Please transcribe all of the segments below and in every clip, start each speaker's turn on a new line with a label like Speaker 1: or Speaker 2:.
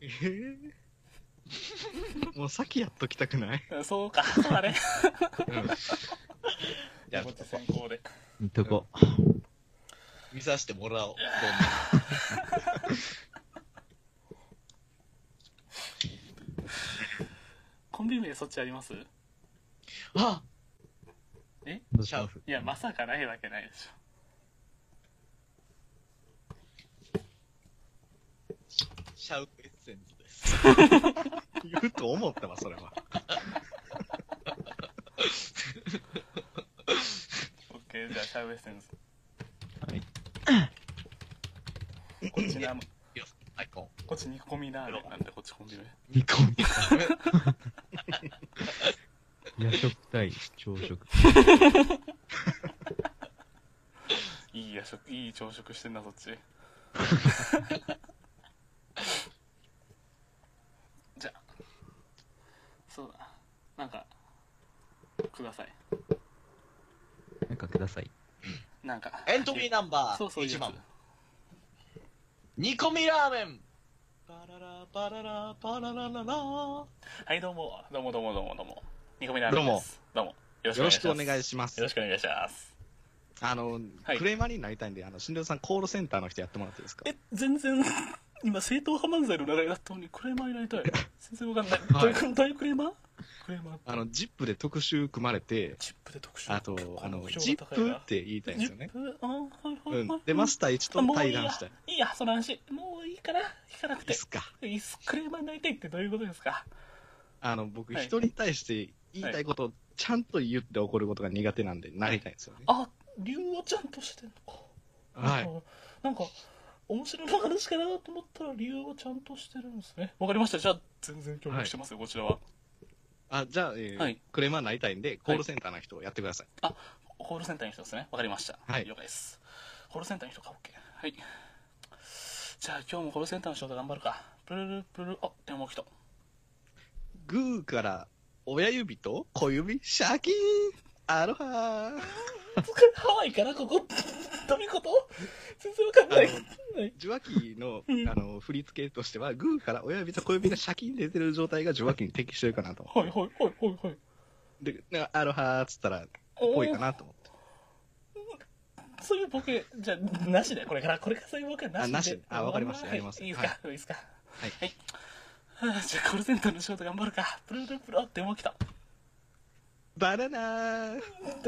Speaker 1: え もう先やっときたくない
Speaker 2: そうか、あ れ。
Speaker 3: やっ
Speaker 2: こっ
Speaker 3: と
Speaker 2: ち先行で。
Speaker 4: 見とこ。
Speaker 3: 見させてもらおう。どん
Speaker 2: コンビ名そっちありますい
Speaker 3: なあ
Speaker 4: どうします
Speaker 2: や、まさかないわけないでし
Speaker 3: シャウトエッセンスです。
Speaker 1: 言うと思ったわ、それは。
Speaker 2: ょ。オッケー、じゃあ、シャウエッセンス。
Speaker 4: はい。
Speaker 2: こっちな、
Speaker 3: アイコン。
Speaker 2: こっち煮込みラーメンなんで、こっちコンビ名。
Speaker 4: 煮込み。夜食対朝食。
Speaker 2: いい夜食、いい朝食してんな、そっち。 じゃあ、そうだ。なんか、ください。
Speaker 4: なんかください。
Speaker 2: なんか。
Speaker 3: エントリーナンバー
Speaker 2: そうそう、いい
Speaker 3: 1
Speaker 2: や
Speaker 3: 番
Speaker 2: つ。
Speaker 3: 煮込みラーメンパララパララパララララ
Speaker 2: はい、どうも、どうもどうもどうもどうも。煮込みラーメンです。どうも。どうも。
Speaker 1: よろしくお願
Speaker 2: い
Speaker 1: いしま
Speaker 2: よろ
Speaker 1: す。
Speaker 2: しくお願いします。
Speaker 1: あの、
Speaker 2: はい
Speaker 1: クレーマーになりたいんで、あの、新郎さんコールセンターの人やってもらっていいですか
Speaker 2: え、全然、今、正統派漫才の流れだったのに、クレーマーになりたい。全然わかんない。
Speaker 1: はい
Speaker 2: どういうどういうクレーマークレーマー。
Speaker 1: あの、ジップで特集組まれて、
Speaker 2: チップで特集。
Speaker 1: あと、あの、
Speaker 2: 特
Speaker 1: ジ
Speaker 2: 集
Speaker 1: ッ
Speaker 2: が高い
Speaker 1: プ
Speaker 2: な
Speaker 1: って言いたいんですよね。
Speaker 2: ジップあーは
Speaker 1: う
Speaker 2: いはいはい
Speaker 1: ん。で、マスター1と
Speaker 2: もうい
Speaker 1: 対
Speaker 2: いわ
Speaker 1: 談したい。
Speaker 2: いいや、その話。もういいから、聞かなく
Speaker 1: で
Speaker 2: て。
Speaker 1: すか。
Speaker 2: いいっすクレーマーになりたいってどういうことですか
Speaker 1: あの、僕、
Speaker 2: はい
Speaker 1: 人に対して言いたいことをちゃんと言って怒ることが苦手なんで、なりたいんですよね。
Speaker 2: あ、理由をちゃんとしてんのか。
Speaker 1: はい。
Speaker 2: あ。なんか、面白い話かなと思ったら理由はちゃんとしてるんですね。わかりました。じゃあ、全然協力してますよ、こちらは。
Speaker 1: あ、じゃあ、えー
Speaker 2: はい
Speaker 1: クレーマーになりたいんで、コールセンターの人をやってください。
Speaker 2: ホールセンターの人ですね。わかりました。
Speaker 1: はい
Speaker 2: 了解です。ホールセンターの人か、OK。はい。じゃあ、今日もホールセンターの人と頑張るか。プルルプルル、あ、電話来た。
Speaker 1: グーから、親指と小指、シャキーンアロハー
Speaker 2: ハワイからここ、どういうこと全然わかんない。はい
Speaker 1: 受話器の
Speaker 2: うん
Speaker 1: あの振り付けとしては、グーから親指と小指がシャキン出てる状態が受話器に適してるかなと。
Speaker 2: はいはいはいはいはい。
Speaker 1: で、なんかアロハーっつったら、ぽいかなと思って。
Speaker 2: そういうボケ、じゃあ、なしで、これから、これからそういうボケはなし
Speaker 1: あ
Speaker 2: で。
Speaker 1: なしあわかりました
Speaker 2: はい
Speaker 1: やります
Speaker 2: いいですか、い、いですか。
Speaker 1: はい
Speaker 2: はい。はあじゃあ、コールセンターの仕事頑張るか。プルプルプル、あ、電話来た。
Speaker 1: バナナー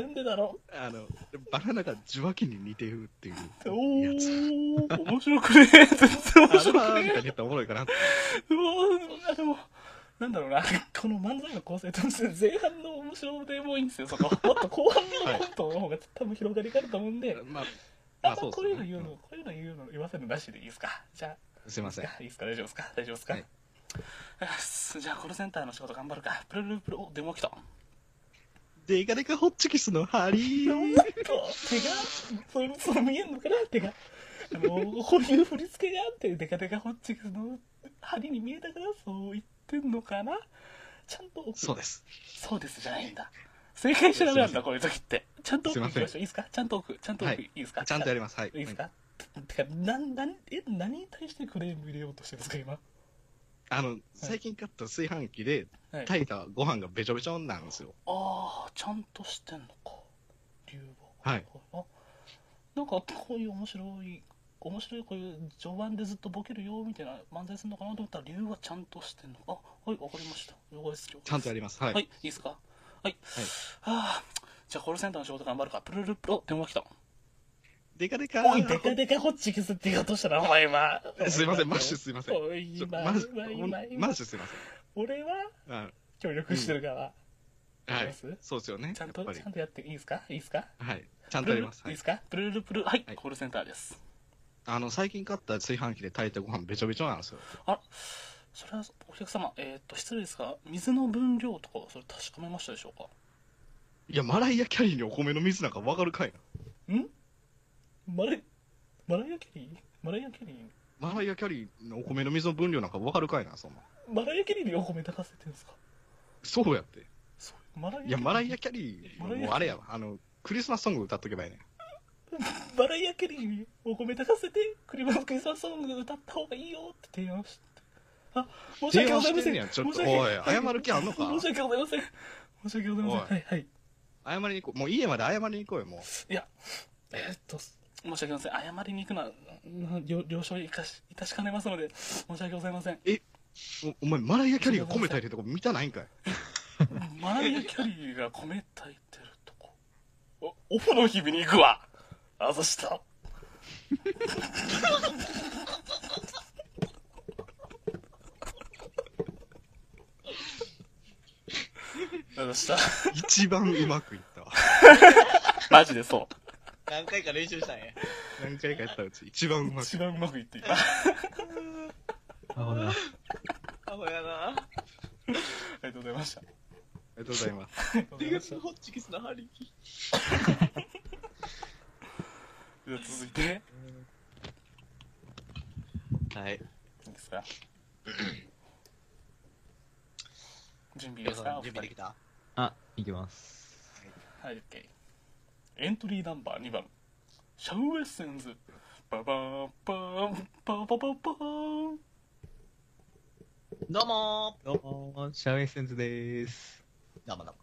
Speaker 2: なんでだろ
Speaker 1: あの、バナナが受話器に似てるっていう
Speaker 2: う。お
Speaker 1: やつ。
Speaker 2: ー、面白くねえ。全然
Speaker 1: ア
Speaker 2: 面白
Speaker 1: ロ
Speaker 2: く
Speaker 1: ハー
Speaker 2: ね
Speaker 1: みたい
Speaker 2: え
Speaker 1: に。言ったらおもろいかなと。
Speaker 2: うわーでもなんだろうなこの漫才の構成として前半の面白でもいいんです よそこもっと後半のコントの方が多分広がりがあると思うんで、
Speaker 1: まあ、
Speaker 2: あ
Speaker 1: まあ
Speaker 2: ん
Speaker 1: そ
Speaker 2: ま
Speaker 1: うです
Speaker 2: こ
Speaker 1: ね
Speaker 2: ういうの言うの、こういうの言うの言わせるのなしでいいですかじゃあ
Speaker 1: すいません。
Speaker 2: いいですか大丈夫ですか大丈夫ですか、
Speaker 1: はい
Speaker 2: よしじゃあコールセンターの仕事頑張るかプルルルプルお電話来た
Speaker 1: デカデカホッチキスのハリー
Speaker 2: おっと手がそれそう見えんのかな手がもうこういう振り付けがあってデカデカホッチキスの針に見えたからそう言ってんのかなちゃんと送る
Speaker 1: そうです。
Speaker 2: そうですじゃないんだ。正解しちゃダメなんだ、こういう時って。ちゃんと
Speaker 1: すいま
Speaker 2: 奥行
Speaker 1: せ
Speaker 2: き
Speaker 1: ん
Speaker 2: ましょう。いいですかちゃんと奥、ちゃんと奥、、
Speaker 1: はい
Speaker 2: いですか
Speaker 1: ちゃんとや
Speaker 2: り
Speaker 1: ります。はい。
Speaker 2: いいです
Speaker 1: は
Speaker 2: か、てか、なん、なん、え、何に対してクレーム入れようとしてるんですか、今。
Speaker 1: あの、最近買った炊飯器で
Speaker 2: はい。
Speaker 1: 炊いたご飯がべちょべちょなんですよ。
Speaker 2: ああ、ちゃんとしてんのか。理由は。
Speaker 1: はい。
Speaker 2: あなんか、こういう面白い、面白い、こういう序盤でずっとボケるよ、みたいな漫才するのかなと思ったら、理由はちゃんとしてんのか。あ、はい、わかりました。了解です、了解です
Speaker 1: ちゃんとやります。はい。
Speaker 2: はい、いいですかはい。はあ、じゃあコールセンターの仕事頑張るか。プルルプロ、電話来た。
Speaker 1: デカデカ
Speaker 2: おい、でかでかホッチキスって言おうとしたな、お前は。
Speaker 1: すいません、マッシュすいません。
Speaker 2: おい、
Speaker 1: ちょ
Speaker 2: 今、
Speaker 1: マ
Speaker 2: 今
Speaker 1: ジ、
Speaker 2: 今、
Speaker 1: マ
Speaker 2: 今
Speaker 1: ジ、ですいませ
Speaker 2: 俺は
Speaker 1: ん。は
Speaker 2: 協力してる側。
Speaker 1: い。
Speaker 2: や
Speaker 1: は
Speaker 2: りま
Speaker 1: い
Speaker 2: す。
Speaker 1: そうですよね。
Speaker 2: ち
Speaker 1: や
Speaker 2: ゃ
Speaker 1: っ
Speaker 2: んと、
Speaker 1: ぱり
Speaker 2: ちゃ。んとやって、いいですかいいですか
Speaker 1: はい。ちゃん
Speaker 2: プ
Speaker 1: とや
Speaker 2: ルル
Speaker 1: り
Speaker 2: ル
Speaker 1: ます。
Speaker 2: いい
Speaker 1: は
Speaker 2: で
Speaker 1: い。
Speaker 2: すかプルルプル、はい
Speaker 1: は、い
Speaker 2: コールセンターです。
Speaker 1: あの、最近買った炊飯器で炊いたご飯べちょべちょなんですよ。
Speaker 2: あ、それは、お客様、えーっと、失礼ですが、水の分量とか、それ確かめましたでしょうか
Speaker 1: いや、マライア・キャリーにお米の水なんかわかるかい
Speaker 2: んマライ、マライアキャリーマライアキャリー
Speaker 1: な。マライア・キャリーのお米の水の分量なんかわかるかいな、そんな。
Speaker 2: マライアキャリーにお米炊かせてるんですか
Speaker 1: そうやって。
Speaker 2: そうマライア
Speaker 1: いや、マライ
Speaker 2: ア
Speaker 1: ア・キャリー、もうあれやわ。あの、クリスマスソング歌っとけばいいね。
Speaker 2: マライア・キャリーにお米炊かせてクリマスクリスマスソング歌った方がいいよって提案してあ、申し
Speaker 1: 電
Speaker 2: 訳ご
Speaker 1: 話
Speaker 2: ざい
Speaker 1: し
Speaker 2: ま
Speaker 1: て
Speaker 2: せん。
Speaker 1: んねやん、ちょっと。
Speaker 2: 申し
Speaker 1: おい、
Speaker 2: 訳
Speaker 1: 謝る気あんのか
Speaker 2: 申し訳ございません。申し訳ございません。
Speaker 1: おい
Speaker 2: はい、はい。
Speaker 1: 謝りに行こう。もう家まで謝りに行こうよ、も
Speaker 2: いや、えーっと、申し訳ございません。謝りに行くのは、な了了承いたし、いたしかねますので、申し訳ございません。
Speaker 1: う。おお前、マライア・キャリーが込めたいってとこ見たないんかい。
Speaker 2: マライア・キャリーが米炊いてるとこ。お、オフの日々に行くわ。あざした。あざした。
Speaker 1: 一番うまくいったわ。
Speaker 2: マジでそう。
Speaker 3: 何回か練習したんや。
Speaker 1: 何回かやったうち、一番うまくいっ
Speaker 2: 一
Speaker 1: た。
Speaker 2: 番うまくいっていた。あ
Speaker 4: あ、ほら。
Speaker 3: アホやな。
Speaker 2: りがとうございました。
Speaker 1: ありがとうございます。
Speaker 2: ありがとうござ
Speaker 3: リ
Speaker 2: い
Speaker 3: グ
Speaker 2: ました
Speaker 3: スホッチキスのハリキ。
Speaker 2: では続いて、い
Speaker 1: はい。
Speaker 2: いですか準備いいですかお二人
Speaker 3: 準備できた
Speaker 4: あ、いきます。
Speaker 2: はい、OK。エントリーナンバー2番、シャウエッセンズ。ババーン、バーン、ババババーン。
Speaker 3: どうも
Speaker 4: どうも、シャウエッセンズです。
Speaker 3: ー。どうもどうも。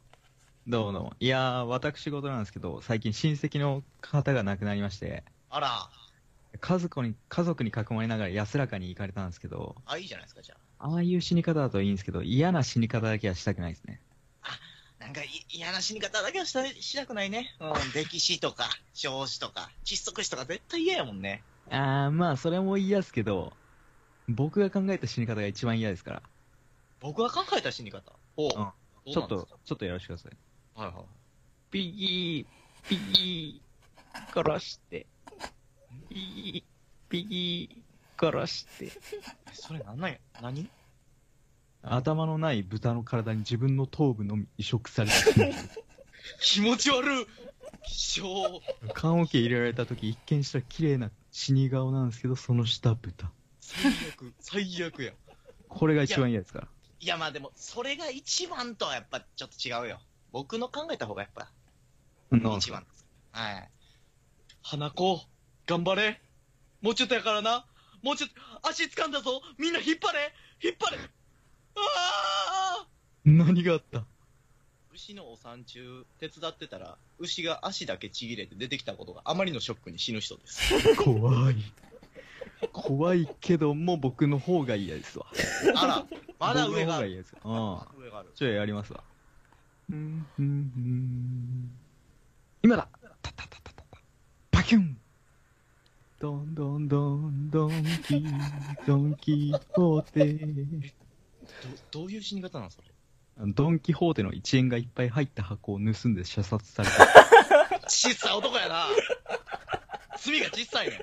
Speaker 4: どうもどうも。いやー、私事なんですけど、最近親戚の方が亡くなりまして、
Speaker 3: あら、
Speaker 4: 家族に、家族に囲まれながら安らかに行かれたんですけど、
Speaker 3: あ、いいじゃないですか、じゃ
Speaker 4: ああいう死に方だといいんですけど、嫌な死に方だけはしたくないですね。
Speaker 3: あ。なんかい、嫌な死に方だけはしたしなくないね。うん、歴史とか、少子とか、窒息死とか絶対嫌やもんね。
Speaker 4: あー、まあ、それも嫌ですけど、僕が考えた死に方が一番嫌ですから。
Speaker 3: 僕が考えた死に方。おう
Speaker 4: うんちょっと、。ちょっとやらしてください。
Speaker 3: はいはい。
Speaker 4: ピギー、ピギー、殺して。ピギー、ピギー、殺して。
Speaker 3: それなんなんや。何
Speaker 4: 頭のない豚の体に自分の頭部のみ移植された。
Speaker 3: 気持ち悪い。気象。
Speaker 4: 棺桶入れられた時一見したら綺麗な死に顔なんですけど、その下豚。
Speaker 1: 最悪、最悪や。
Speaker 4: これが一番嫌ですから。
Speaker 3: いやまあでも、それが一番とはやっぱちょっと違うよ。僕の考えた方がやっぱ、
Speaker 4: うん
Speaker 3: 一番。はい。花子、頑張れ。もうちょっとやからな。もうちょっと、足掴んだぞ。みんな引っ張れ。引っ張れ。ああ
Speaker 4: 何があった
Speaker 3: 牛のお産中、手伝ってたら、牛が足だけちぎれて出てきたことがあまりのショックに死ぬ人です。
Speaker 4: 怖い。怖いけども僕の方が嫌ですわ。
Speaker 3: あら、まだ上があ
Speaker 4: 僕の方が
Speaker 3: る。
Speaker 4: 嫌です。うん。
Speaker 3: 上がある。
Speaker 4: ちょいやりますわ。うんうんうん今だタタタタタタパキュンドンドンドンドンキードンキホーテ
Speaker 3: ど、どういう死に方なんそれ。
Speaker 4: ドンキホーテの1円がいっぱい入った箱を盗んで射殺された。
Speaker 3: 小さい男やな。罪が小さいねん。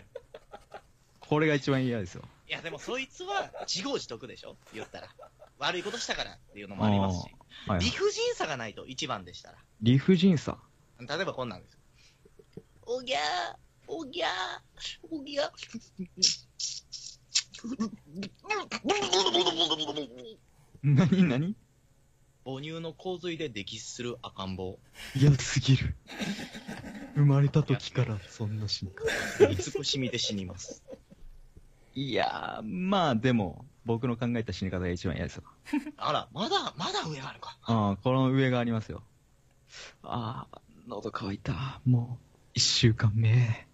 Speaker 4: これが一番嫌ですよ。
Speaker 3: いや、でもそいつは自業自得でしょ言ったら。悪いことしたからっていうのもありますし。
Speaker 4: はい
Speaker 3: 理、不尽さがないと一番でした
Speaker 4: 理不尽さ。
Speaker 3: ら。例えばこんなんです。おぎゃー、おぎゃー、おぎゃー。
Speaker 4: 何何
Speaker 3: 母乳の洪水で溺死する赤ん坊。
Speaker 4: 嫌すぎる。生まれた時からそんな進化。
Speaker 3: 慈しみで死にます。
Speaker 4: いやー、まあでも、僕の考えた死に方が一番嫌ですよ。
Speaker 3: あら、まだ、まだ上あるか。
Speaker 4: ああ、この上がありますよ。ああ、喉乾いた。もう、一週間目。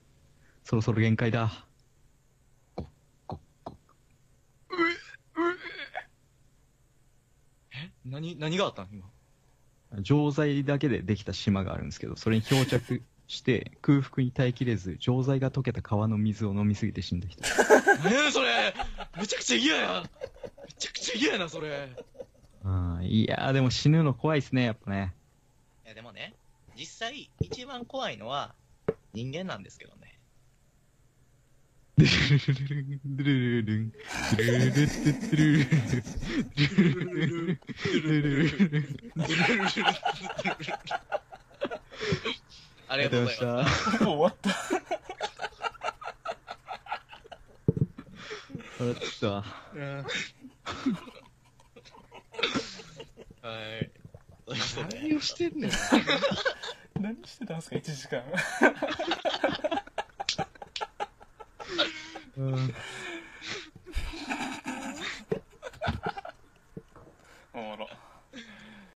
Speaker 4: そろそろ限界だ。ご、ご、ご。
Speaker 3: 何、何があったの今。
Speaker 4: 錠剤だけでできた島があるんですけど、それに漂着 して、空腹に耐えきれず、錠剤が溶けた川の水を飲みすぎて死んだ人。
Speaker 3: ええそれめちゃくちゃ嫌やめちゃくちゃ嫌やな、それ。
Speaker 4: ああ、いやー、でも死ぬの怖いですね、やっ ぱね。
Speaker 3: いやでもね、実際、一番怖いのは人間なんですけどね。
Speaker 4: ドゥルルルルン、ドゥルルルルン、ドゥルルルルルルルンドゥルルルルルルン
Speaker 3: あ
Speaker 4: あ
Speaker 3: りがとうございます。
Speaker 4: す。
Speaker 2: もう終わった。
Speaker 4: 笑っちゃったわ。
Speaker 3: はい。ということで
Speaker 1: 何をしてんねん。
Speaker 2: 何してたんですか、1時間。
Speaker 4: うん
Speaker 2: おもろ。